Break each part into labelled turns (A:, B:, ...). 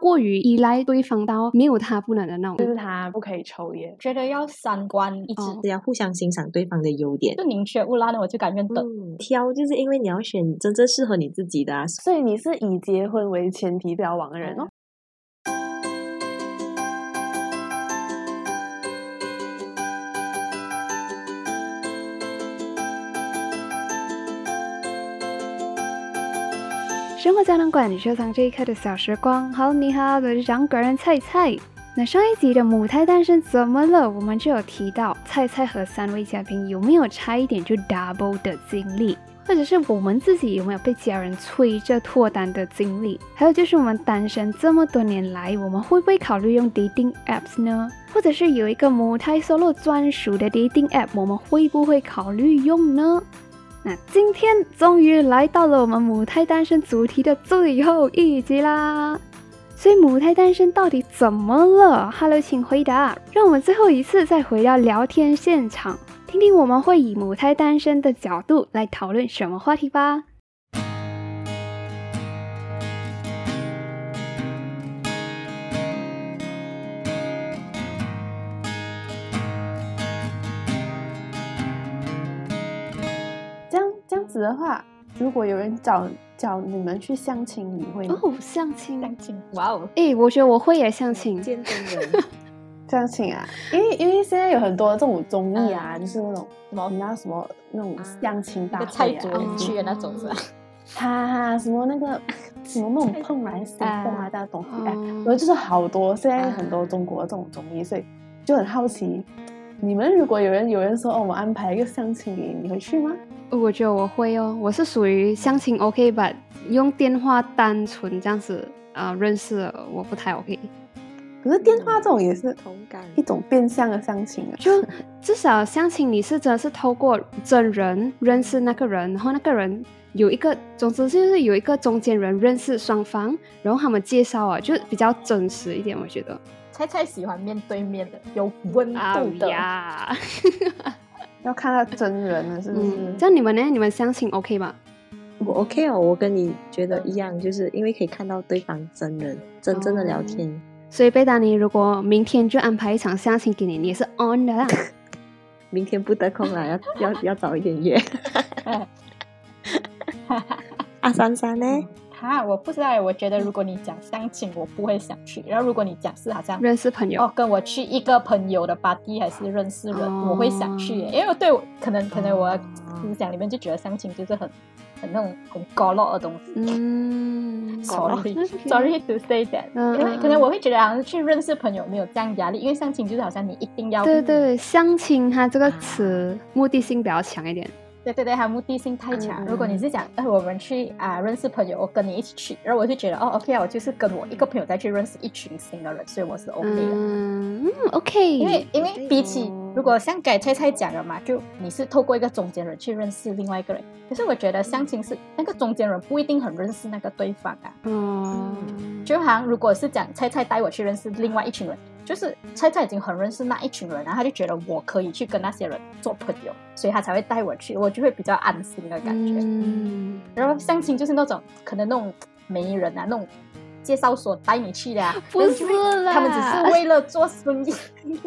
A: 过于依赖对方到没有他不能的那
B: 就
A: 种。
B: 是他不可以抽烟。
C: 觉得要三观一致，
A: 哦
D: 要互相欣赏对方的优点
C: 就。宁缺毋滥的，我就甘愿等。
D: 嗯，挑就是因为你要选真正适合你自己的、啊。
B: 所以你是以结婚为前提交往的人哦。
A: 生活胶囊馆收藏这一刻的小时光。Hello，你好，我是掌管人菜菜。那上一集的母胎单身怎么了？我们就有提到菜菜和三位嘉宾有没有差一点就 double 的经历，或者是我们自己有没有被家人催着脱单的经历？还有就是我们单身这么多年来，我们会不会考虑用 dating apps 呢？或者是有一个母胎 solo 专属的 dating app，我们会不会考虑用呢？那今天终于来到了我们母胎单身主题的最后一集啦！所以母胎单身到底怎么了？Hello，请回答。让我们最后一次再回到聊天现场，听听我们会以母胎单身的角度来讨论什么话题吧。
B: 这样这样子的话，如果有人找找你们去相亲，你会吗？
A: 哦，相亲。
C: 相亲，哇哦，
A: 诶，我觉得我会也相亲。
D: 见真人，
B: 相亲啊，因为因为现在有很多这种综艺啊，就是那种
C: 嗯什么啊
B: 你知道什么那种相亲
C: 那
B: 大
C: 个
B: 会
C: 蔡
B: 啊，
C: 卓
A: 哦
C: 妍去的那种是吧？
B: 哈哈，什么那 个什么那种怦然心动啊，
A: 啊
B: 这样的东西哎，
A: 哦
B: 然后就是好多现在很
C: 啊
B: 多中国这种综艺，所以就很好奇，你们如果有人有人说哦，我安排一个相亲给你，你会去吗？
A: 我觉得我会哦，我是属于相亲 OK 吧，用电话单纯这样子啊、呃认识我不太 OK。
B: 可是电话这种也是
D: 同感
B: 一种变相的相亲啊，
A: 就至少相亲，你是真的是透过真人认识那个人，然后那个人有一个，总之就是有一个中间人认识双方，然后他们介绍啊，就比较真实一点，我觉得。
C: 蔡蔡喜欢面对面的，有温
A: 啊
C: 度的。
A: 呀，
B: 要看到真人了，是不是
A: 嗯，？这样你们呢？你们相亲 OK 吗？
D: 我 OK 哦，我跟你觉得一样，就是因为可以看到对方真人，真正的聊天。
A: 所以贝达尼，如果明天就安排一场相亲给你，你也是 on 的啦。
D: 明天不得空了，要要要早一点约。阿啊珊珊呢？
C: 哈，我不知道耶，欸我觉得如果你讲相亲，我不会想去。然后如果你讲是好像
A: 认识朋友
C: 哦，跟我去一个朋友的 party 还是认识人，
A: 哦
C: 我会想去耶，因为对我可能可能我的
D: 哦
C: 思想里面就觉得相亲就是很很那种很高落的东西。
A: 嗯，
C: Sorry,
A: OK
C: sorry to say that，、
A: 嗯
C: 因为可能我会觉得好像去认识朋友没有这样压力，因为相亲就是好像你一定要
A: 对对，相亲它这个词目的性比较强一点。
C: 对对对，还有目的性太强。
A: 嗯
C: 如果你是讲，哎、我们去啊、认识朋友，我跟你一起去，然后我就觉得，哦，OK 啊，我就是跟我一个朋友再去认识一群新的人，所以我是 OK 的。
A: 嗯嗯，OK，
C: 因为因
D: 对
C: 为
D: 哦
C: 比起如果像改菜菜讲的嘛，就你是透过一个中间人去认识另外一个人，可是我觉得相亲是那个中间人不一定很认识那个对方啊。
A: 哦，
C: 就好像如果是讲菜菜带我去认识另外一群人，就是菜菜已经很认识那一群人，然后他就觉得我可以去跟那些人做朋友，所以他才会带我去，我就会比较安心的感觉。
A: 嗯，
C: 然后相亲就是那种可能那种媒人啊，那种介绍所带你去的、啊，
A: 不
C: 然后就会
A: 是啦
C: 他们只是为了做生意。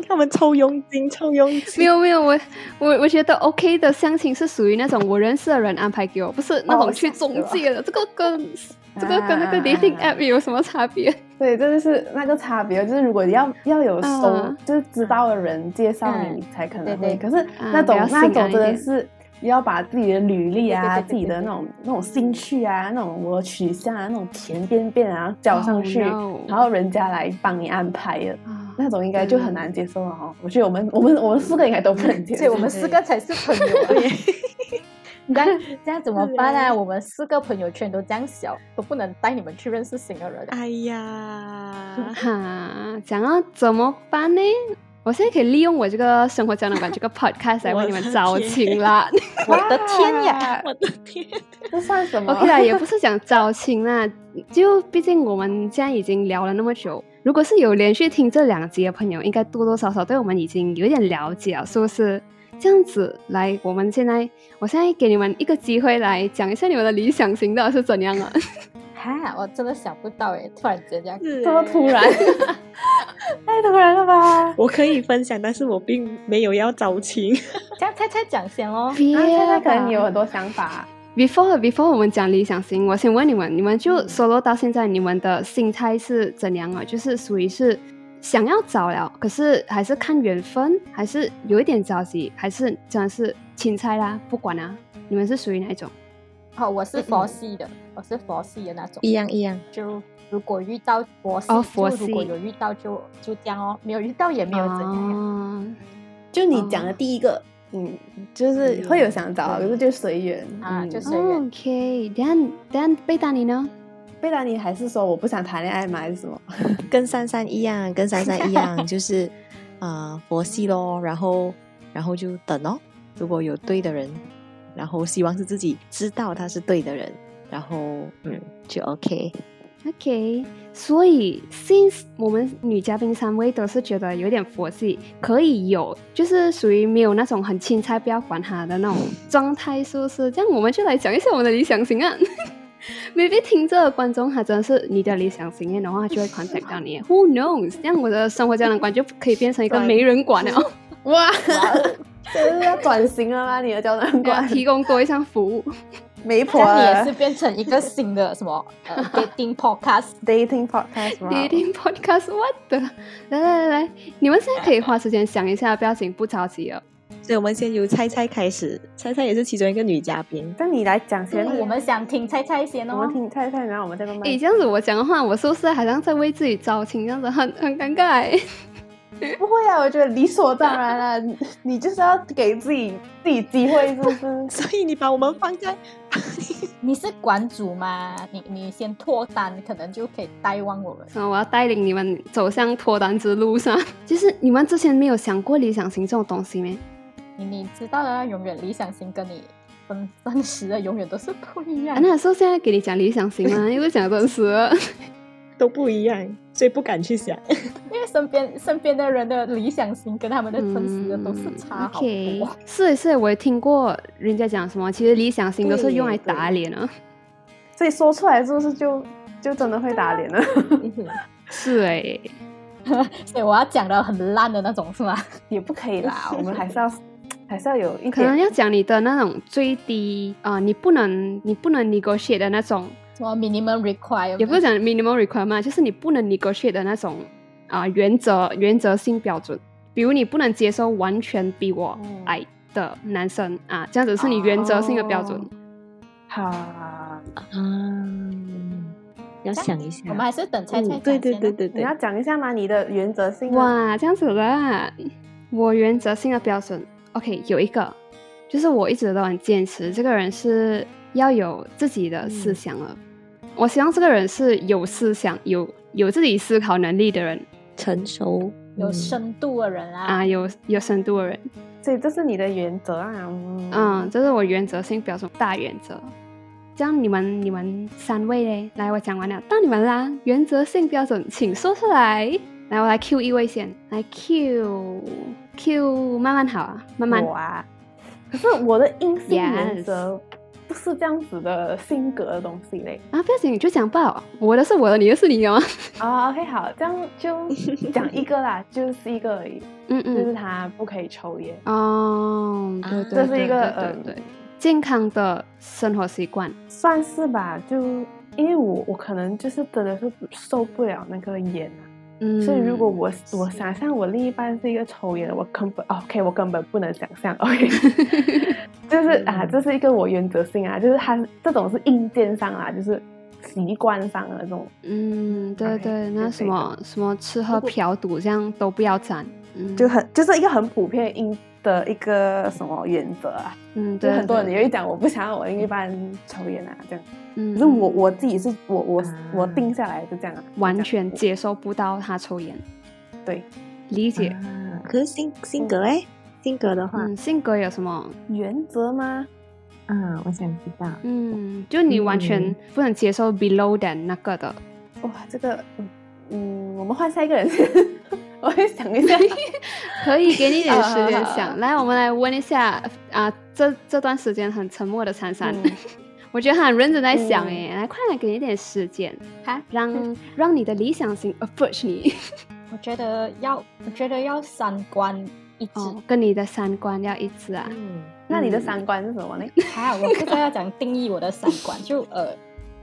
D: 他们抽佣金，抽佣
A: 没
D: 金。
A: 有没有，我我我觉得 OK 的相亲是属于那种我认识的人安排哦给我，不是那种去中介的。这个跟这个跟那个 dating app 有什么差别？
B: 对，这就是那个差别，哦就是如果你要要有收，
A: 嗯
B: 就是知道的人介绍
C: 嗯
B: 你，你才可能会。
C: 对对
B: 可是
A: 嗯
B: 那种、
A: 比较
B: 那
A: 性感
B: 种
A: 一
B: 真的
A: 点
B: 是要把自己的履历啊、
C: 对对对对对
B: 自己的那种那种兴趣啊、那种我取向啊、那种填便便啊交上去
A: Oh, no.
B: 然后人家来帮你安排的。
A: 啊
B: 那种应该就很难接受了哦，我觉得我们我们我们四个应该都不 能接
C: 所以
B: 受
C: 我。们四个才是朋友、啊。 这样这样怎么办啊？我们四个朋友圈都这样小，都不能带你们去认识新的人啊。
D: 哎呀，
A: 哈，讲到怎么办呢？我现在可以利用我这个生活胶囊馆这个 podcast 来为你们招亲啦。
C: 我的天呀！
B: 呀，
D: 我的天！
B: 这算什么
A: OK 啦，也不是讲招亲啦，就毕竟我们现在已经聊了那么久，如果是有连续听这两集的朋友，应该多多少少对我们已经有点了解了，是不是？这样子，来，我们现在，我现在给你们一个机会来讲一下你们的理想型到底是怎样啊？
C: 哈，我真的想不到哎，突然间这样，
D: 是
B: 这么突然，
C: 太突然了吧？
D: 我可以分享，但是我并没有要找情。
C: 这样猜猜讲先咯。
A: 别
B: 啊现在可
A: 吧
B: 能有很多想法。
A: Before before 我们讲理想型，我先问你们，你们就 solo
C: 嗯
A: 到现在，你们的心态是怎样啊？就是属于是想要找了，可是还是看缘分，还是有一点着急，还是真的是钦差啦，不管啦、你们是属于哪一种？
C: 哦，我
B: 嗯
C: 是
B: 嗯
C: 佛系的，我是佛系的那种。
D: 一样一样，
C: 就如果遇到佛系，
A: 哦佛
C: 就如果
A: 系
C: 有遇到就就这样哦，没有遇到也没有怎样呀。
A: 啊
B: 就你讲的第一个，嗯，就是会有想找，
D: 嗯
B: 可是就随缘
C: 啊
B: 嗯
C: 就是随缘
A: OK，但但贝达尼呢？
B: 贝达尼还是说我不想谈恋爱吗？还是什么？
D: 跟珊珊一样，跟珊珊一样，就是啊、呃佛系咯，然后然后就等哦，如果有对的人，然后希望是自己知道他是对的人，然后嗯就 OK。
A: OK，所以 since 我们女嘉宾三位都是觉得有点佛系，可以有，就是属于没有那种很钦差不要管他的那种状态，是不是？这样我们就来讲一下我们的理想型啊。maybe 听着的观众他真的是你的理想型耶，然后他就会 contact 到你耶。Who knows？这样我的生活胶囊馆就可以变成一个
B: 对
A: 没人管啊了，
B: 哇， 这是要转型了吗？你的胶囊
A: 要
B: 馆
A: 哎 提供多一项服务。
B: 媒
C: 这
B: 婆啊
C: 样你也是
B: 了
C: 变成一个新的什么呃 dating podcast，
B: ，dating podcast 吗？
A: Dating podcast，what the？来来来来，你们现在可以花时间想一下，不要紧，不着急哦了。
D: 所以我们先由猜猜开始，猜猜也是其中一个女嘉宾。
B: 那你来讲先，
C: 我们想听猜猜先
B: 我
C: 哦
B: 们。听猜猜，然后我们再慢慢
A: 诶，这样子我讲的话，我是不是好像在为自己招亲，这样子很很尴尬欸？
B: 不会啊，我觉得理所当然啊，你你就是要给自己自己机会，是不是？
D: 所以你把我们放在
C: 你是馆主吗？你你先脱单，可能就可以带旺我们。
A: 啊，我要带领你们走向脱单之路上。 其实你们之前没有想过理想型这种东西没？
C: 你你知道的啊，永远理想型跟你真真实的永远都是不一
A: 啊
C: 样，的。
A: 那时候现在给你讲理想型 嘛，又不讲真实了。
D: 都不一样，所以不敢去想。
C: 因为身边身边的人的理想型跟他们的真实的都是差好多。
A: 嗯 OK，是 是，我也听过人家讲什么，其实理想型都是用来
B: 对
A: 打脸啊的。
B: 所以说出来是不是就就真的会打脸了？
A: 是诶，
C: 所以我要讲的很烂的那种是吗？
B: 也不可以啦，我们还是要还是要有一
A: 可能
B: 点
A: 要讲你的那种最低啊、你不能你不能 negotiate 的那种
C: 什么 minimum requirement？
A: 也不是讲 minimum requirement，就是啊你不能 negotiate 的那种啊、原则原则性标准，比如你不能接受完全比我
B: 嗯
A: 矮的男生啊，这样子是你原则性的标准。
B: 哦好。
D: 啊嗯，要
C: 想
D: 一下
C: 我们还是等
A: 哦
C: 猜啊
D: 嗯
C: 猜、
D: 对对对，对
B: 你
D: 对
B: 要，讲一下吗？你的原则性啊
A: 哇，这样子啦，我原则性的标准，OK，有一个，就是我一直都很坚持，这个人是要有自己的思想了。我希望这个人是有思想、有有自己思考能力的人
D: 成熟
C: 有
D: 嗯
C: 深度的人啊，
A: 啊，有有深度的人。
B: 所以这是你的原则啊。嗯
A: 嗯，这是我原则性标准大原则。这样你们你们三位嘞，来我讲完了，到你们啦。原则性标准，请说出来。来，我来 Q 一位先，来 Q Q，慢慢好啊，慢慢
B: 我。啊，可是我的硬性
A: Yes
B: 原则不是这样子的性格的东西嘞。
A: 啊，不要紧，你就讲吧。我的是我的，你的是你的哦 吗？
B: 啊、o k 好，这样 就讲一个啦，就是一个而已，
A: 嗯
B: 就
A: 嗯
B: 是。他不可以抽烟。
A: 哦，对对
B: 嗯啊这是
A: 对
B: 一个
A: 对对
B: 呃
A: 对，健康的生活习惯。
B: 算是吧，就因为我我可能就是真的是受不了那个烟啊，
A: 嗯，
B: 所以如果我我想象我另一半是一个抽烟的，我根本 OK，我根本不能想象 OK，就是啊，这是一个我原则性啊，就是他这种是硬件上啊，就是习惯上的这种，
A: 嗯，对
B: OK，
A: 对，那
B: 就
A: 什
B: 这个
A: 么什么吃喝嫖赌这样都不要沾。嗯，
B: 就很就是一个很普遍硬的一个什么原则啊，
A: 嗯，
B: 就
A: 对，
B: 很多人
A: 对
B: 也会讲我不想要我另一半抽烟啊这样，
A: 嗯，
B: 可是我我自己是我我我
D: 啊
B: 定下来就这样啊，就这
A: 完
B: 样
A: 全
B: 我
A: 接受不到他抽烟，
B: 对
A: 理解。
D: 啊可是性性格哎，性格的话，
A: 嗯，性格有什么？
B: 原则吗？
D: 嗯，我想知道。
A: 嗯，就你完全
D: 嗯
A: 不能接受 below than 那个的。
B: 哇，这个，嗯嗯，我们换下一个人 先，我会想 一下。
A: 可以给你一 点时间
B: 好好
A: 想。来，我们来问一下啊，这这段时间很沉默的珊珊，
B: 嗯
A: 我觉得他很认真在想
B: 嗯
A: 哎、来快点给你一点时间，
C: 哈，
A: 让让你的理想型 approach 你，
C: 我觉得要，我觉得要三观一致。
A: 哦，跟你的三观要一致啊。
D: 嗯，
B: 那你的三观是什么呢？
C: 啊，我不知道要怎样定义我的三观，就呃，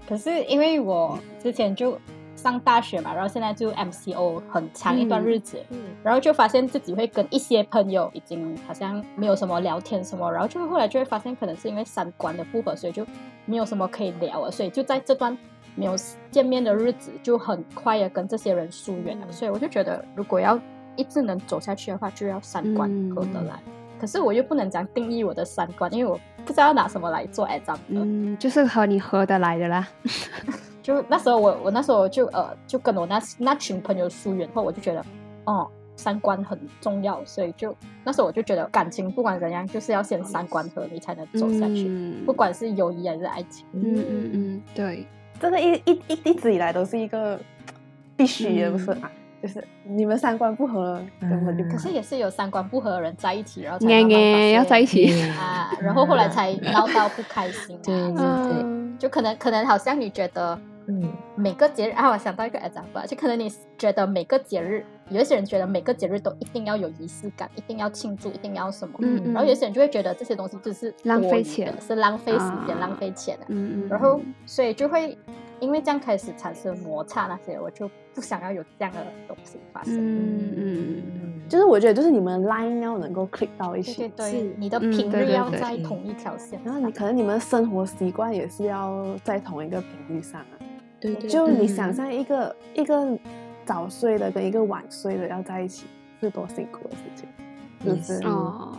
C: 可是因为我之前就上大学嘛，然后现在就 MCO 很长一段日子，
D: 嗯
C: 然后就发现自己会跟一些朋友已经好像没有什么聊天什么，然后就后来就会发现可能是因为三观的不合，所以就没有什么可以聊了，所以就在这段没有见面的日子，就很快的跟这些人疏远了。
D: 嗯
C: 所以我就觉得，如果要一直能走下去的话，就要三观
A: 嗯
C: 合得来。可是我又不能讲定义我的三观，因为我不知道拿什么来做 example。
A: 嗯，就是和你合得来的啦。
C: 就那时候我我那时候就呃就跟我那那群朋友疏远后，我就觉得哦三观很重要，所以就那时候我就觉得感情不管怎样，就是要先三观合，你才能走下去，
A: 嗯
C: 不管是友谊还是爱情。
A: 嗯嗯嗯，对，
B: 这个一一一一直以来都是一个必须的，
A: 嗯
B: 不是啊？就是你们三观不合，
D: 嗯
B: 根本就不
C: 可是也是有三观不合的人在一起，然后才
A: 年
C: 慢慢发
A: 年
C: 现
A: 要在一起。
C: 啊，然后后来才闹到不开心、啊。
D: 对对对，
A: 嗯，
C: 就可能可能好像你觉得
D: 嗯
C: 每个节日啊，我想到一个 example，就可能你觉得每个节日，有一些人觉得每个节日都一定要有仪式感，一定要庆祝，一定要什么，
A: 嗯嗯
C: 然后有些人就会觉得这些东西就是
A: 浪费
C: 多余的
A: 钱
C: 是浪费时间、
A: 啊
C: 浪费钱的。
A: 嗯嗯，
C: 然后，所以就会因为这样开始产生摩擦那些，我就不想要有这样的东西发生。
A: 嗯嗯
D: 嗯，
B: 就是我觉得就是你们 line 要能够 click 到一
C: 对对
B: 起，
C: 对
D: 是，
C: 你的
A: 嗯
C: 频
A: 对
C: 率
A: 对
C: 要
A: 对
C: 在
D: 嗯
C: 同一条线
B: 然
C: 上。
B: 后你可能你们生活习惯也是要在同一个频率上啊。
D: 对对，
B: 就你
A: 嗯
B: 想象一个一个早睡的跟一个晚睡的要在一起，是多辛苦的事情，是不
D: 也
B: 是
D: 是？
A: 哦。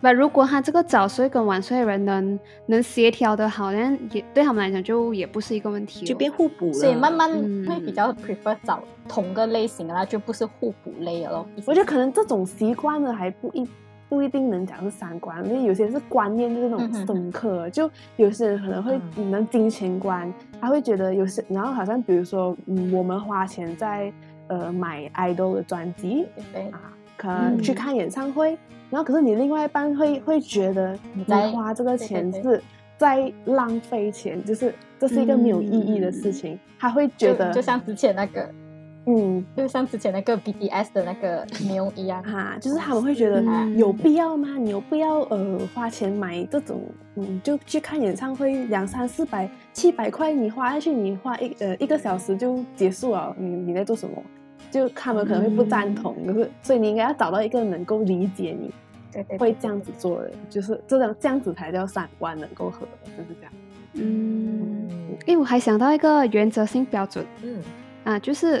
A: 那如果他这个早睡跟晚睡的人能能协调的好，那也对他们来讲就也不是一个问题咯。
D: 就变互补了，
C: 所以慢慢
A: 嗯
C: 会比较 prefer 找同个类型的啦，就不是互补类的咯。
B: 我觉得可能这种习惯呢，还不一不一定能讲是三观，因为有些是观念就是那
C: 嗯哼
B: 种深刻的，就有些人可能会
D: 嗯
B: 你们金钱观，他会觉得有些，然后好像比如说，嗯，我们花钱在呃买 idol 的专辑，
C: 对
B: 啊，可能去
A: 嗯
B: 看演唱会，然后可是你另外一半会会觉得你
C: 在
B: 花这个钱
C: 对
B: 是在浪费钱，就是这是一个没有意义的事情，他会觉得
C: 嗯就就像之前那个
B: 嗯
C: 就像之前那个 BTS 的那个牛一 样，
B: 哈，啊就是他们会觉得
A: 嗯
B: 有必要吗？你有必要呃花钱买这种嗯就去看演唱会两三四百七百块你花下去你花一呃一个小时就结束了，你你在做什么？就他们可能会不赞同，
A: 嗯
B: 可是所以你应该要找到一个能够理解你
C: 对对，对
B: 会这样子，做的，就是这样这样子才叫三观能够合，就是这样。
A: 嗯，
D: 嗯
A: 因为我还想到一个原则性标准
D: 嗯
A: 啊，就是，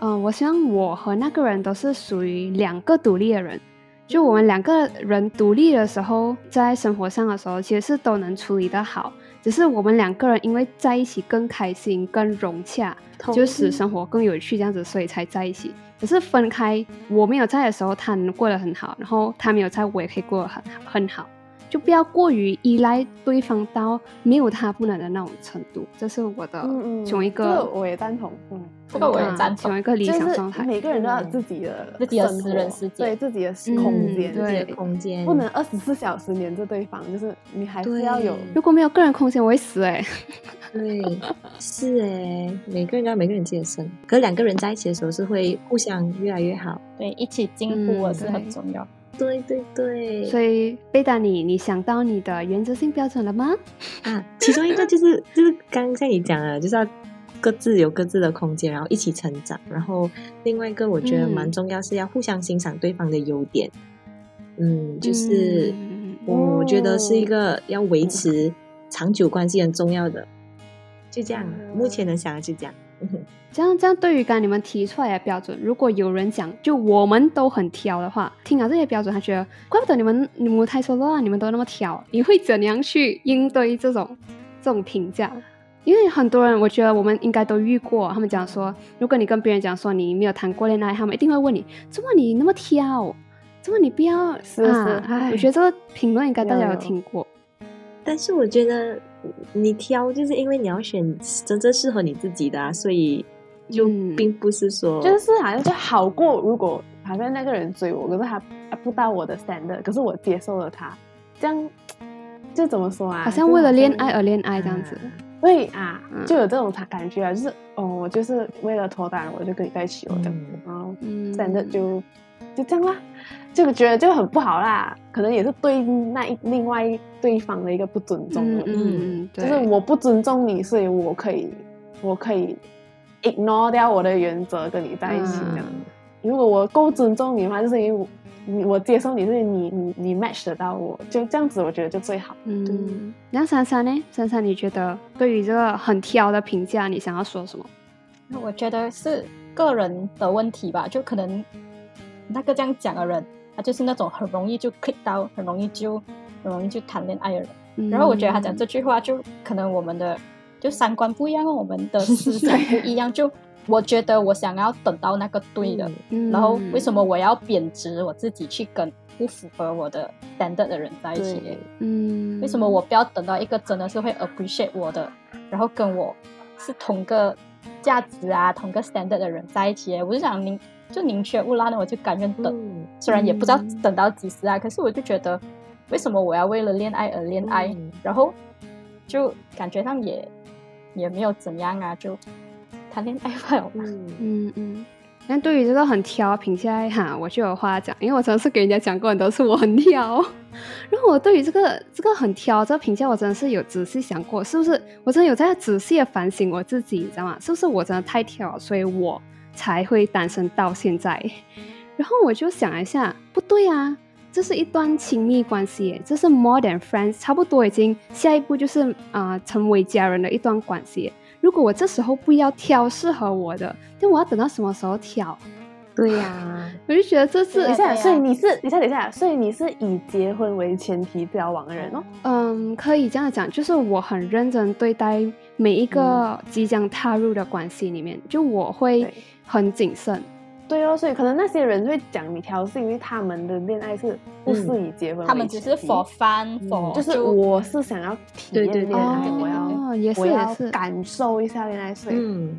A: 嗯、我希望我和那个人都是属于两个独立的人。就我们两个人独立的时候，在生活上的时候，其实是都能处理得好，只是我们两个人因为在一起更开心、更融洽，
B: 同
A: 就
B: 意
A: 使生活更有趣，这样子，所以才在一起。可是分开，我没有在的时候，他能过得很好，然后他没有在，我也可以过得很很好。就不要过于依赖对方到没有他不能的那种程度，这是我的
B: 嗯嗯，
A: 其中一
B: 这
A: 个
B: 个我也赞同，嗯。
C: 这个我也
A: 啊
C: 赞
A: 其
C: 同
A: 中。一个理
B: 就
A: 想
B: 是
A: 状态。
B: 每个人都要有自己的
C: 自己的
B: 生
C: 私
B: 活
C: 人世界
B: 对自己的
A: 嗯
B: 空间，
A: 对
D: 这个空
A: 嗯
D: 间
B: 不能二十四小时黏着对方，就是你还是要有
A: 如果没有个人空间，我会死哎、
D: 对，是哎，每个人都要每个人自己的生，可是两个人在一起的时候是会互相越来越好，
C: 对，一起进步
A: 嗯
C: 是很重要。
D: 对对对，
A: 所以贝达你，你想到你的原则性标准了吗？嗯
D: 啊， 其中一个就是就是刚才你讲的，就是要各自有各自的空间，然后一起成长。然后另外一个我觉得蛮
A: 嗯
D: 重要，是要互相欣赏对方的优点。嗯，就是
A: 嗯
D: 我、我觉得是一个要维持长久关系很重要的。就这样，啊
A: 嗯
D: 目前能想的就这样。
A: 这样这样，对于刚才你们提出来的标准，如果有人讲就我们都很挑的话，听了这些标准，他觉得怪不得你们你们太说了啊，你们都那么挑，你会怎样去应对这种这种评价？因为很多人，我觉得我们应该都遇过，他们讲说，如果你跟别人讲说你没有谈过恋爱，他们一定会问你，怎么你那么挑？怎么你不要
B: 是是
A: 啊
B: 唉？
A: 我觉得这个评论应该大家
B: 有
A: 有
B: 有
A: 听过，
D: 但是我觉得你挑，就是因为你要选真正适合你自己的、啊，所以就
A: 嗯
D: 并不是说、
B: 就是好像就好过，如果好像那个人追我，可是他不到我的 standard，可是我接受了他，这样就怎么说啊？
A: 好像为了
B: 就好像
A: 恋爱而恋爱这样子。
B: 对啊
A: 嗯，
B: 就有这种感觉啊，就是哦，我就是为了脱单，我就跟你在一起，我这样子，然后
A: 嗯，
B: 真的就就这样啦，就觉得就很不好啦，可能也是对那一另外一对方的一个不尊重
A: 嗯
B: 咯，
A: 嗯嗯，
B: 就
A: 对，
B: 是我不尊重你，所以我可以我可以 ignore 掉我的原则跟你在一起这样。
D: 嗯
B: 如果我够尊重你的话，就是因为我你我接受你，是因为你你你 match 得到我，就这样子，我觉得就最好。
A: 嗯，那珊珊呢？珊珊，你觉得对于这个很挑的评价，你想要说什么？
C: 那我觉得是个人的问题吧，就可能那个这样讲的人，他就是那种很容易就 click 到，很容易就很容易就谈恋爱的人。然后我觉得他讲这句话，就可能我们的就三观不一样，我们的思想不一样。就我觉得我想要等到那个对的，
A: 嗯，
C: 然后为什么我要贬值我自己去跟不符合我的 standard 的人在一起
B: 对？
A: 嗯？
C: 为什么我不要等到一个真的是会 appreciate 我的，然后跟我是同个价值啊、同个 standard 的人在一起？我就想宁就宁缺毋滥的，我就甘愿等，
D: 嗯
C: 虽然也不知道
A: 嗯
C: 等到几时啊，可是我就觉得，为什么我要为了恋爱而恋爱？
D: 嗯
C: 然后就感觉上也也没有怎样啊，就谈恋爱吧。
D: 嗯
A: 嗯嗯。但对于这个很挑的评价哈，我就有话讲，因为我真的是给人家讲过很多次我很挑。 然后我对于这个这个很挑这个评价，我真的是有仔细想过，是不是我真的有在仔细的反省我自己，你知道吗？是不是我真的太挑了，所以我才会单身到现在？然后我就想一下，不对啊，这是一段亲密关系耶，这是 more than friends，差不多已经下一步就是啊、呃成为家人的一段关系耶。如果我这时候不要挑适合我的，那我要等到什么时候挑？
D: 对 呀，
A: 我就觉得这是
B: 等一下，
C: 对啊
B: 所以你是等一下，等一下，所以你是以结婚为前提交往的人哦。
A: 嗯，可以这样讲，就是我很认真对待每一个即将踏入的关系里面，就我会
B: 对
A: 很谨慎。
B: 对哦，所以可能那些人会讲你挑，是因为他们的恋爱是不是以结婚为前提、
C: 他们只是 for fun、
D: 嗯
C: for
B: 就是我是想要体验
D: 对对对
B: 恋爱，
A: 哦
B: 我要
A: 也是
B: 我
A: 也
B: 要
A: 是
B: 感受一下恋爱，所以、
D: 嗯，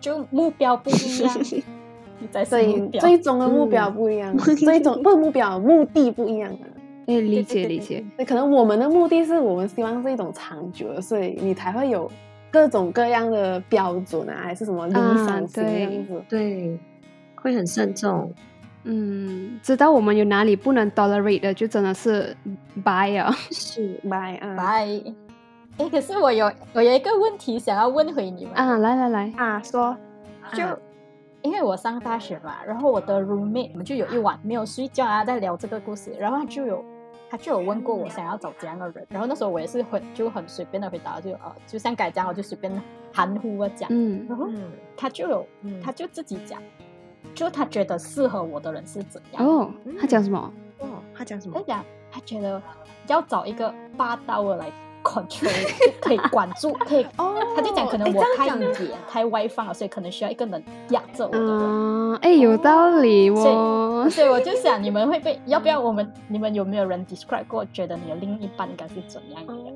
C: 就目标不一样， 你在
B: 所
C: 是目
B: 以
C: 标。嗯
B: 最终的目标不一样，啊最终不是目标目的不一样啊。
A: 哎，理
C: 对
A: 解
C: 对
A: 理
C: 对
A: 解，
B: 那可能我们的目的是我们希望是一种长久的，所以你才会有各种各样的标准啊，还是什么理想型这样
C: 啊
B: 子。
D: 对，会很慎重，
A: 嗯，知道我们有哪里不能 tolerate 的，就真的是 bye 啊。
D: 是
B: 拜啊
C: 拜。哎，可是我有我有一个问题想要问回你们
A: 啊，来来来，
B: 啊，说
C: 就
B: 啊
C: 因为我上大学嘛，然后我的 roommate 我们就有一晚没有睡觉啊，在聊这个故事，然后他就有他就有问过我想要找怎样的人，然后那时候我也是很就很随便的回答，就呃就像改讲，我就随便含糊的讲，
A: 嗯
C: 然后
D: 嗯
C: 他就有
D: 嗯
C: 他就自己讲，就他觉得适合我的人是怎样的，
A: 哦，他讲什么？
D: 哦，他讲什
C: 他
D: 么？
C: 讲他觉得要找一个霸道的来 control，就可以管住，可以。
B: 哦，
C: 他就讲可能
B: 诶
C: 我
B: 这样
C: 太
B: 讲
C: 野、太外放了，所以可能需要一个能压着我的人。
A: 嗯，哎，有道理哦。
C: 所以我就想，你们会被要不要？我们你们有没有人 describe 过，觉得你的另一半应该是怎样的人？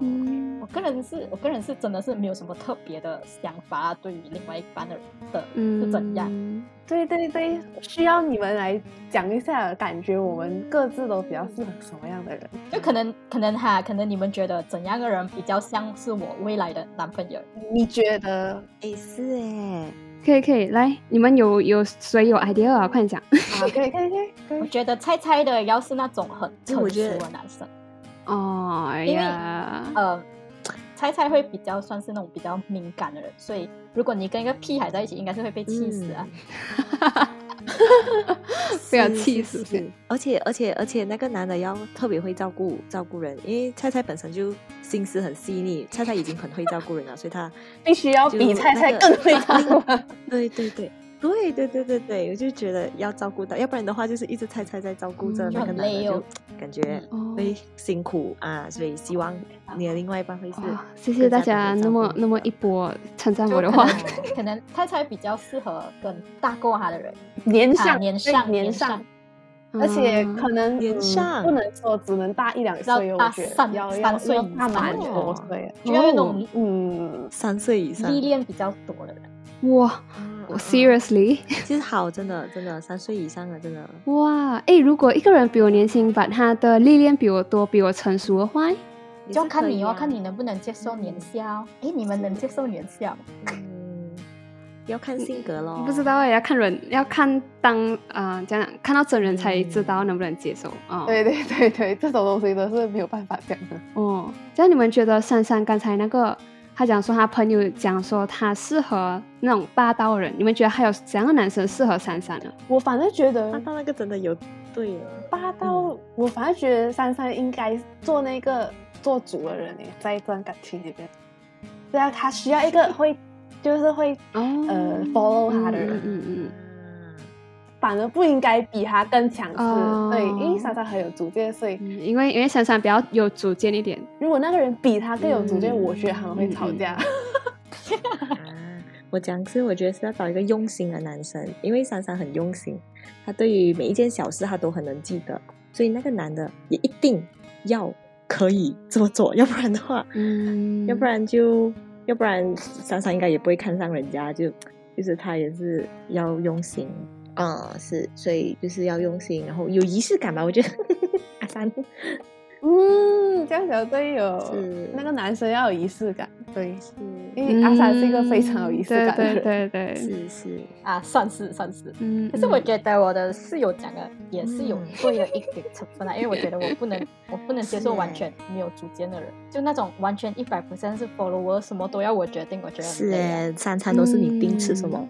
A: 嗯
C: 我个人是，我个人是真的是没有什么特别的想法，对于另外一半的的是怎样？
A: 嗯
B: 对对对，需要你们来讲一下，感觉我们各自都比较适合什么样的人。
C: 就可能可能哈，可能你们觉得怎样的人比较像是我未来的男朋友？
B: 你觉得
D: 哎是哎，
A: 可以可以，来，你们有有谁有 idea 啊？快点讲。
B: 啊？可以可以可以可
C: 我
B: 以，
C: 觉得猜猜的要是那种很
D: 就我
C: 成熟
D: 觉得
C: 的男生，
A: 哦哎
C: 因为
A: 呀，
C: 呃，猜猜会比较算是那种比较敏感的人，所以如果你跟一个屁孩在一起，应该是会被气死啊。
D: 嗯
A: 不要
D: 是
A: 气死
D: 是是
A: 先
D: 而且而且而且那个男的要特别会照顾照顾人，因为菜菜本身就心思很细腻，菜菜已经很会照顾人了，所以他
B: 必须要
D: 就
B: 比
D: 那
B: 菜菜
D: 个
B: 更会照顾。
D: 对对对。对对对对对，我就觉得要照顾到，要不然的话就是一直菜菜在照顾着
A: 嗯就
D: 那个
C: 很
D: 男的，
C: 累
D: 就
C: 哦
D: 感觉
A: 哦
D: 会辛苦啊。所以希望你的另外一半会是
A: 哇，谢谢
D: 更
A: 大家
D: 加懂得
A: 那
D: 照顾
A: 么
D: 你
A: 那么
D: 的
A: 一波称赞
C: 就
A: 我的
C: 可
A: 话，
C: 能可能猜猜比较适合跟大过他的人，
B: 年
C: 啊
B: 上
C: 年
B: 对
C: 上
B: 年
C: 年
B: 上
C: 上，，
B: 而且
A: 嗯
B: 可能
D: 年
B: 嗯
D: 上
B: 不能说只能大一两
C: 要
B: 岁哦，
C: 大
B: 我觉
C: 三
B: 得要
C: 三
B: 要
C: 岁
B: 要
C: 以
B: 大蛮
D: 上
B: 多岁。哦
C: 就要有那种
B: 嗯，
D: 三岁以上嗯
C: 历练比较多的人。
A: 哇，我 seriously，
D: 其实好，真的真的，三岁以上的真的
A: 哇，哎，如果一个人比我年轻，把他的历练比我多，比我成熟的话，
D: 也
C: 就是看
D: 可
C: 你
D: 以
C: 哦，
D: 啊
C: 看你能不能接受年宵。诶，你们能接受年宵？
D: 嗯，要看性格咯，
A: 不知道哎，要看人，要看当啊、呃，这样看到真人才知道能不能接受啊。
B: 对对对对，这种东西都是没有办法讲的。
A: 哦，这样你们觉得珊珊刚才那个，她讲说她朋友讲说她适合那种霸道的人，你们觉得还有怎样的男生适合珊珊呢？
B: 我反正觉
D: 他
C: 啊
B: 得
D: 到那个真的有对啊了，
B: 霸
C: 嗯
B: 道，我反正觉得珊珊应该做那个做主的人诶，在一段感情里边，对啊，她需要一个会，就是会
A: 哦，
B: 呃 follow 她的
A: 嗯
B: 人，
A: 嗯嗯
B: 反而不应该比她更强势。
A: 哦
B: 对，因为珊珊很有主见，所以
A: 嗯，因为因为珊珊比较有主见一点，
B: 如果那个人比她更有主见，
D: 嗯
B: 我觉得他们会吵架。
D: 啊，我讲是，我觉得是要找一个用心的男生，因为珊珊很用心，她对于每一件小事她都很能记得，所以那个男的也一定要可以这么做，要不然的话，
A: 嗯，
D: 要不然就，要不然珊珊应该也不会看上人家，就就是她也是要用心，嗯，是，所以就是要用心，然后有仪式感吧，我觉得阿三
B: 嗯，这样讲对有
D: 是
B: 那个男生要有仪式感，对，因为
A: 嗯
B: 阿珊是一个非常有仪式感的
A: 对
B: 人。
A: 对对对，
D: 是是，
C: 啊，算是算是。
A: 嗯，
C: 可是我
A: 嗯
C: 觉得我的室友讲的也是有
D: 嗯
C: 对的一点成分啊，因为我觉得我不能，我不能接受
D: 是
C: 完
D: 欸
C: 全没有主见的人，就那种完全一百 percent 是 follow 我，什么都要我决定，我觉得很
D: 是
C: 累啊
D: 诶，三餐都是你定吃什么，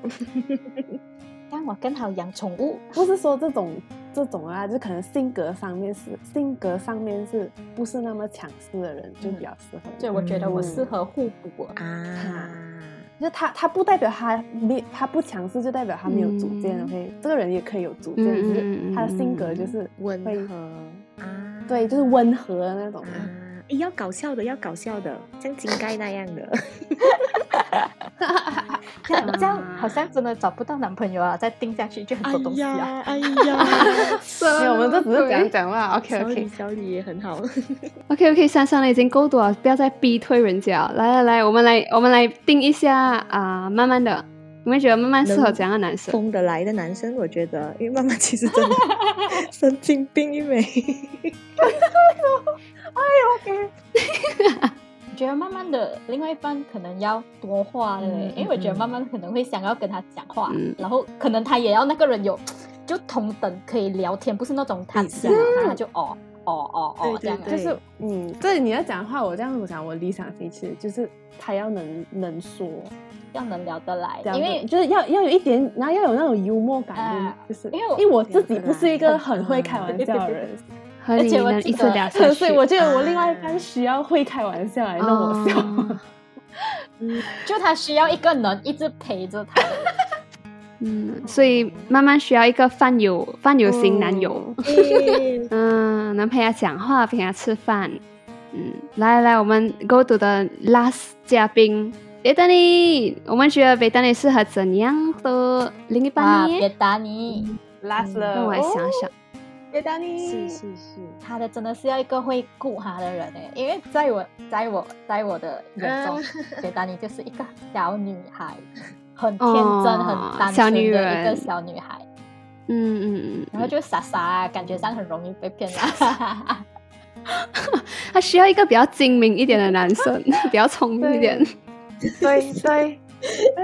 C: 这样我更好养宠物。
B: 不是说这种这种啊，就可能性格上面是性格上面是不是那么强势的人就比较适合你。
C: 所以我觉得我适合互补啊。
D: 啊。
B: 就他他不代表他没他不强势，就代表他没有主见。
A: 嗯
B: OK，这个人也可以有主见，
A: 嗯
B: 只
A: 嗯嗯
B: 是他的性格就是
D: 温
B: 会
D: 和啊，
B: 对，就是温和的那种
D: 啊。，诶要搞笑的，要搞笑的，像井盖那样的， 嗯
C: 这
D: 啊
C: 样这样好像真的找不到男朋友啊，再定下去就很多东西啊。，
D: 哎 呀，
B: 没有，我们这只是讲
A: 对
B: 讲啦。OK
D: 小李
B: OK，
D: 小李也很好，
A: OK OK，珊珊已经够多了，不要再逼退人家了。来来来，我们来我们来定一下啊、慢慢的，你们觉得慢慢适合怎样的男生？
D: 疯得来的男生，我觉得，因为妈妈其实真的 神经病一枚，
C: 我觉得慢慢的，另外一半可能要多话嘞，
D: 嗯嗯
C: 因为我觉得慢慢可能会想要跟他讲话，
A: 嗯
C: 然后可能他也要那个人有就同等可以聊天，不是那种他
D: 对
C: 讲了然后他就哦哦哦哦这
D: 对嗯对
C: 样啊
D: 对
B: 就。是嗯，这你要讲的话，我这样子讲，我理想型其实就是他要能能说，
C: 要能聊得来
B: 这，样
C: 因
B: 子
C: 为
B: 就是要要有一点，然后要有那种幽默感，
C: 啊
B: 就是
C: 因为我
B: 因为我自己不是一个很会开玩笑的人，
A: 和你
C: 而且我
A: 能
C: 记
A: 一
C: 得
A: 直 聊下
B: 所以
A: 去，
B: 所以我觉得我另外一半需要会开玩笑来弄我笑。
A: 哦
C: 就他需要一个人一直陪着他，
A: 嗯，所以慢慢需要一个饭友饭友型男友，
C: 哦
D: 对
A: 嗯，能陪他讲话，陪他吃饭。嗯，来来来，我们 Go to 的 last 嘉宾 b e t a n y 我们觉得 b e t a n y 适合怎样的另一
C: 哇，
A: 半
C: 啊别哦
A: 呢？
C: 打你，
B: Last
D: 了
A: 让我来想想。
B: 别打
D: 是
B: 你。
D: 是是，
C: 他的真的是要一个会顾他的人诶，因为在我在我在我的眼中，
B: 嗯
C: 觉得你就是一个小女孩，很天真、
A: 哦
C: 很单
A: 小
C: 纯
A: 女
C: 的一个
A: 人
C: 小女孩，
A: 嗯嗯嗯，
C: 然后就傻傻、啊，感觉上很容易被骗 啊。
A: 他需要一个比较精明一点的男生，比 较聪明一点。
B: 对对，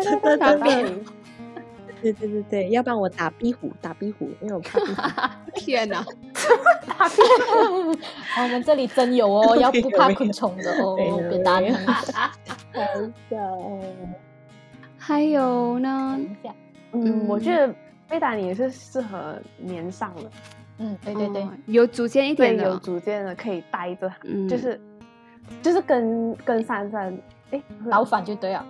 D: 真的
B: 嗯
D: 真的，对对对对，要不然我打壁虎，打壁虎，因为我怕壁 虎。
A: 天哪！
C: 哦我们这里真有哦，要不怕昆虫的哦
D: 没有没，有
C: 别打你。啊
D: 没有
C: 等
D: 好笑哦，
A: 还有呢？
C: 一下，
B: 嗯，我觉得贝达你也是适合年上的，
C: 嗯，对对对
A: 哦，有主见一
B: 对
A: 点
B: 有
A: 的，
B: 主见的可以待着，
A: 嗯，
B: 就是就是跟跟珊珊，哎，
C: 老 反就对了。啊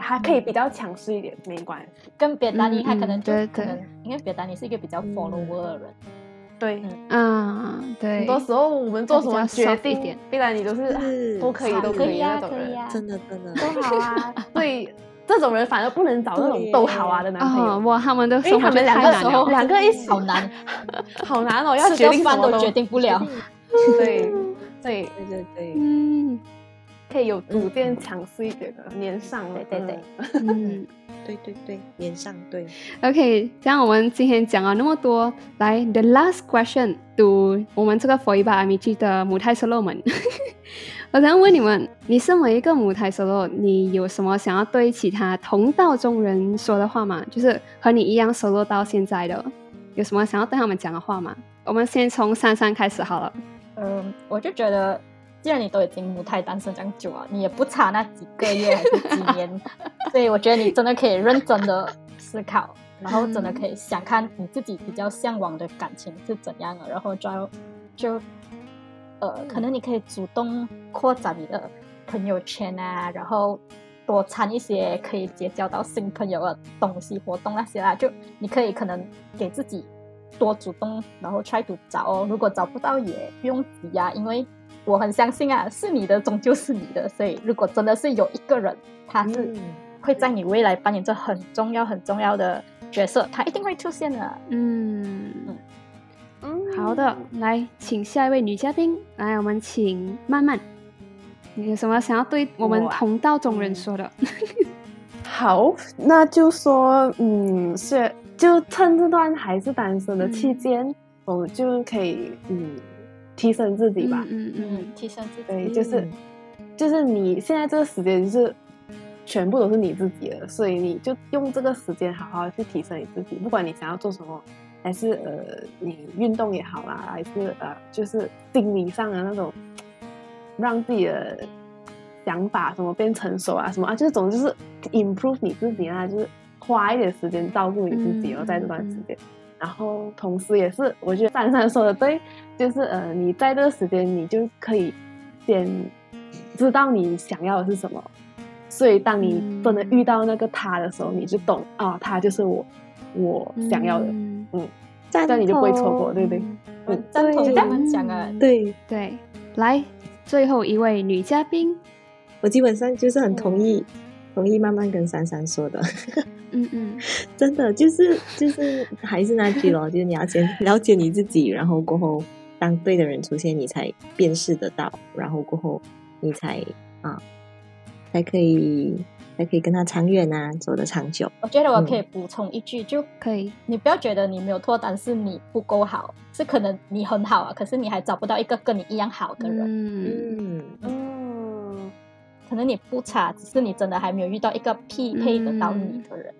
B: 还可以比较强势一点，没关系。
C: 跟别达尼
A: 嗯
C: 他可能
A: 嗯
C: 就
A: 对
C: 可
A: 对
C: 能，因为别达尼是一个比较
D: 嗯
C: follower 的人，
B: 对，
A: 嗯，对
B: 很，多时候我们做什么决
A: 比较 soft 一
B: 定
A: 点，
B: 贝达你都是啊
D: 是
B: 都可以
C: 啊
B: 都
C: 可
B: 可以
C: 啊，
B: 那种
C: 可以
B: 人
C: 啊，
D: 真的真的，
B: 都好 啊，对，这种人反而不能找那种
D: 对
B: 都好啊的男朋
A: 啊，
B: 友，
A: 哇，他们的
B: 因为
A: 生活
B: 他
A: 就
B: 们
A: 太
B: 两个
A: 难
B: 时
A: 了
B: 候。两个一起
C: 好难，
B: 好难哦，要
C: 吃
B: 决
C: 个
B: 定什
C: 饭
B: 么
C: 都决定不了。
B: 对对，
D: 对对对，
A: 嗯，
B: 可以有主见强势一点的，年上了。
C: 对对对
B: 嗯，
A: 嗯。
D: 对对对，年上对，
A: OK，这样我们今天讲了那么多，来 the last question，读我们这个佛伊巴阿米基的母胎 solo 们。 我想问你们，你身为一个母胎 solo，你有什么想要对其他同道中人说的话吗？就是和你一样 solo 到现在的，有什么想要对他们讲的话吗？我们先从珊珊开始好了。
C: 嗯，我就觉得，既然你都已经母胎单身这样久了，你也不差那几个月还是 几年，所以我觉得你真的可以认真的思考，然后真的可以想看你自己比较向往的感情是怎样的，然后就就
B: 嗯
C: 呃，可能你可以主动扩展你的朋友圈啊，然后多参一些可以结交到新朋友的东西、活动那些啦。就你可以可能给自己多主动，然后 try to 找哦。如果找不到也不用急啊，因为我很相信啊，是你的终究是你的。所以如果真的是有一个人，
B: 啊
C: 他是
D: 嗯
C: 会在你未来扮演着很重要、很重要的角色，他一定会出现的。
A: 嗯，
B: 嗯
A: 好的，来，请下一位女嘉宾，来，我们请曼曼，你有什么想要对我们
B: 我啊
A: 同道中人说的？
B: 嗯好，那就说，嗯，是，就趁这段还是单身的期间，我们就可以，嗯，提升自己吧。
A: 嗯嗯
C: 嗯，提升自己。
B: 对，就是就是你现在这个时间是全部都是你自己的，所以你就用这个时间好好去提升你自己，不管你想要做什么，还是呃你运动也好啦，还是呃就是心理上的那种让自己的想法什么变成熟啊什么啊，就是总之就是 improve 你自己啊，就是花一点时间照顾你自己哦，
A: 嗯
B: 在这段时
A: 嗯
B: 间。然后同时也是，我觉得珊珊说的对，就是呃，你在这个时间你就可以先知道你想要的是什么，所以当你
A: 嗯
B: 真的遇到那个他的时候，你就懂啊，他就是我我
A: 嗯，
B: 想要的，
A: 嗯
D: 赞
B: 这样你就不会错过，
D: 同
B: 对不对？
C: 我赞同
D: 对
C: 他们讲啊，
D: 对
A: 对，来，最后一位女嘉宾，
D: 我基本上就是很同意，同意慢慢跟珊珊说的，
A: 嗯嗯
D: 真的就是就是还是那句咯， 就是你要先了解你自己，然后过后当对的人出现，你才辨识得到，然后过后你才啊，才可以才可以跟他长远啊，走得长久。
C: 我觉得我可以补充一句，就
A: 可以，
C: 你不要觉得你没有脱单是你不够好，是可能你很好啊，可是你还找不到一个跟你一样好的人，
A: 嗯
D: 嗯，
B: 嗯
C: 可能你不差，只是你真的还没有遇到一个匹配得到你的人，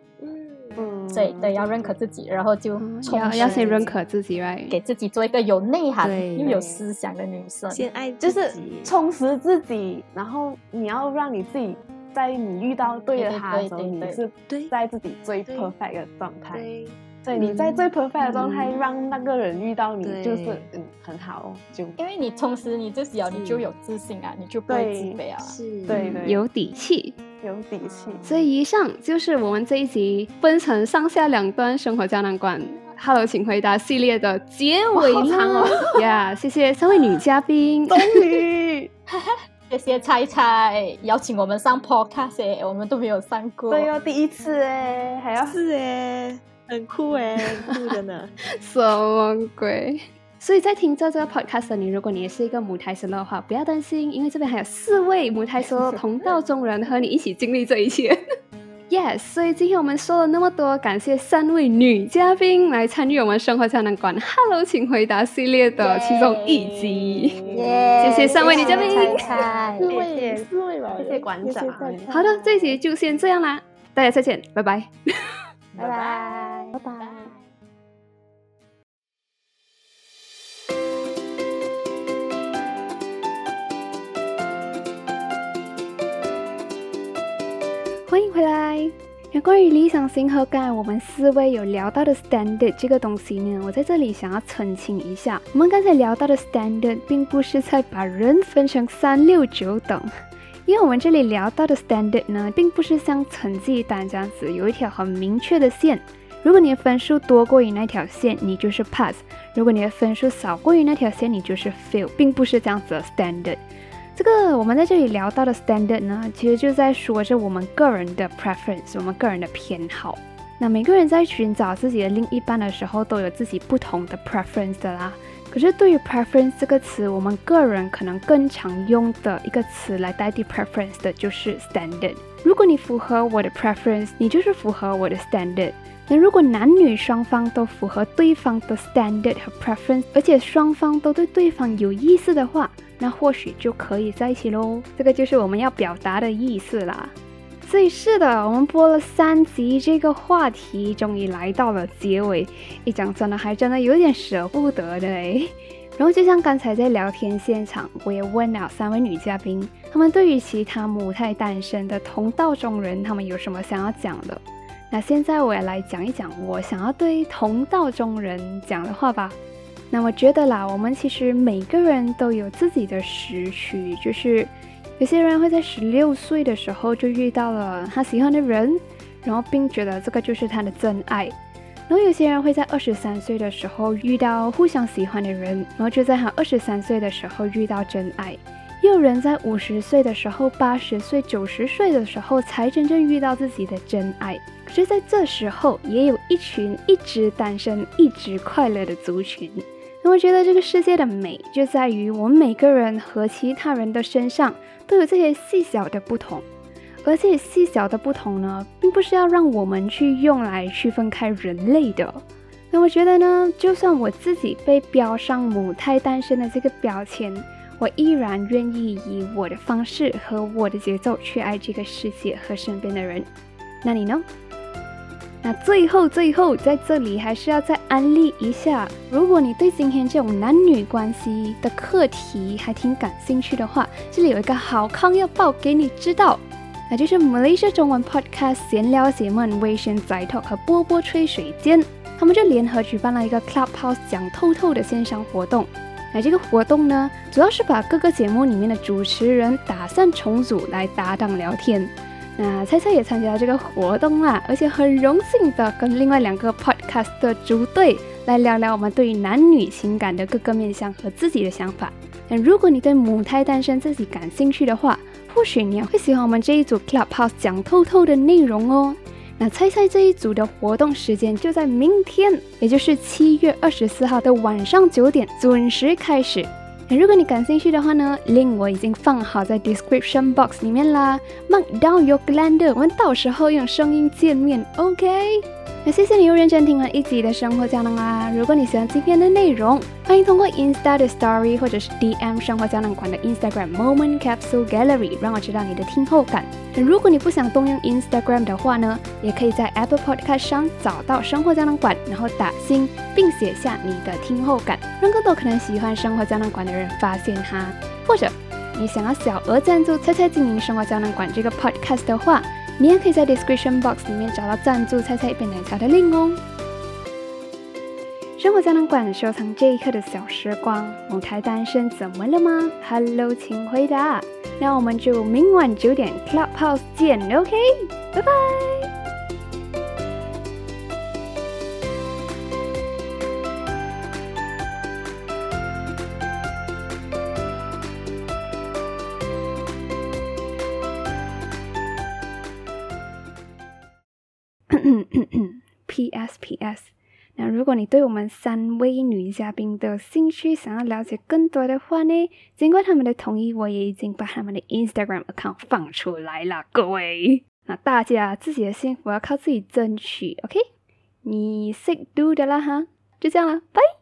B: 嗯，
C: 所以对，要认可自己，然后就
A: 嗯
C: 充
A: 要
C: 实
A: 要先
C: 自
A: 认
C: 己，
A: 可自己，right？
C: 给自己做一个有内涵
A: 对
C: 又有思想的女生。
D: 先爱
B: 就
D: 自
B: 是
D: 己
B: 充实自己，然后你要让你自己在你遇到对的他的时候，
C: 对对对对
B: 你是在自己最
D: 对
B: perfect 的状态，
D: 对
B: 所以你在最 perfect 的状态
D: 嗯
B: 让那个人遇到你，
D: 对
B: 就是嗯很好哦，就
C: 因为你充实你自己哦，
D: 是
C: 你就有自信啊，你就不会
B: 对
C: 自卑啊。
D: 是，
B: 对
A: 嗯有底气。
B: 有底 气。
A: 所以以上就是我们这一集分成上下两段生活胶囊馆。Hello，请回答系列的结尾
B: 哇好长哦
A: 啦！呀、谢谢三位女嘉宾。
B: 终于，
C: 谢谢菜菜邀请我们上 podcast，耶我们都没有上过。
B: 对哦，第一次哎，还要欸
D: 是哎，很酷哎，很酷的呢。
A: 什么鬼？所以在听这这个 podcast 的你，如果你也是一个母胎 solo 的话，不要担心，因为这边还有四位母胎 solo 同道中人和你一起经历这一切。Yes，所以今天我们说了那么多，感谢三位女嘉宾来参与我们生活胶囊馆《Hello，请回答》系列的其中一集。
C: 耶，
A: 谢谢三位女嘉宾
C: 谢谢菜菜
B: 谢谢
D: 四位吧
B: 谢谢馆长
A: 好的，这一集就先这样啦，大家再见，拜拜。
C: 拜拜。
B: 拜拜。
A: 欢迎回来。那关于理想型和刚才我们四位有聊到的 standard 这个东西呢，我在这里想要澄清一下，我们刚才聊到的 standard 并不是在把人分成三六九等。因为我们这里聊到的 standard 呢，并不是像成绩单这样子有一条很明确的线。如果你的分数多过于那条线，你就是 pass；如果你的分数少过于那条线，你就是 fail，并不是这样子的 standard。这个我们在这里聊到的 standard 呢，其实就在说着我们个人的 preference，我们个人的偏好。那每个人在寻找自己的另一半的时候，都有自己不同的 preference 的啦。可是对于 preference 这个词，我们个人可能更常用的一个词来代替 preference 的就是 standard。如果你符合我的 preference，你就是符合我的 standard。那如果男女双方都符合对方的 standard 和 preference，而且双方都对对方有意思的话，那或许就可以在一起喽。这个就是我们要表达的意思啦。所以是的，我们播了三集这个话题，终于来到了结尾。一讲真的，还真的有点舍不得的诶。然后就像刚才在聊天现场，我也问了三位女嘉宾，她们对于其他母胎单身的同道中人，她们有什么想要讲的？那现在我也来讲一讲我想要对同道中人讲的话吧。那我觉得啦，我们其实每个人都有自己的时区，就是有些人会在十六岁的时候就遇到了他喜欢的人，然后并觉得这个就是他的真爱；然后有些人会在二十三岁的时候遇到互相喜欢的人，然后就在他二十三岁的时候遇到真爱；也有人在五十岁的时候、八十岁、九十岁的时候才真正遇到自己的真爱。可是在这时候，也有一群一直单身、一直快乐的族群。那我觉得这个世界的美就在于我们每个人和其他人的身上都有这些细小的不同，而这些细小的不同呢，并不是要让我们去用来区分开人类的。那我觉得呢，就算我自己被标上母胎单身的这个标签，我依然愿意以我的方式和我的节奏去爱这个世界和身边的人。那你呢？那最后最后，在这里还是要再安利一下，如果你对今天这种男女关系的课题还挺感兴趣的话，这里有一个好康要报给你知道，那就是 Malaysia 中文 Podcast 闲聊节目微醺宅 talk 和波波吹水间，他们就联合举办了一个 Clubhouse 讲透透的线上活动。那这个活动呢，主要是把各个节目里面的主持人打散重组来搭档聊天。那猜猜也参加了这个活动啦，而且很荣幸的跟另外两个 podcast 的组队来聊聊我们对于男女情感的各个面向和自己的想法。那如果你对母胎单身自己感兴趣的话，或许你也会喜欢我们这一组 Clubhouse 讲透透的内容哦。那猜猜这一组的活动时间就在明天，也就是七月二十四号的晚上九点准时开始。如果你感兴趣的话呢，link 我已经放好在 description box 里面啦。Mark down your calendar，我们到时候用声音见面，OK？那谢谢你又认真听完一集的生活胶囊啦。如果你喜欢今天的内容，欢迎通过 Insta 的 Story 或者是 DM 生活胶囊馆的 Instagram Moment Capsule Gallery 让我知道你的听后感。那如果你不想动用 Instagram 的话呢，也可以在 Apple Podcast 上找到生活胶囊馆，然后打星，并写下你的听后感，让更多可能喜欢生活胶囊馆的人发现它。或者你想要小额赞助猜猜经营生活胶囊馆这个 podcast 的话，你也可以在 description box 里面找到赞助猜猜一杯奶茶的 link 哦。生活胶囊馆收藏这一刻的小时光，母胎单身怎么了吗？Hello，请回答。那我们就明晚九点 Clubhouse 见，OK，拜拜。P.S. P.S. 那如果你对我们三位女嘉宾的兴趣，想要了解更多的话呢，经过他们的同意，我也已经把他们的 Instagram account 放出来了，各位。那大家自己的幸福要靠自己争取，OK？你 sick do 的啦哈，就这样了，拜。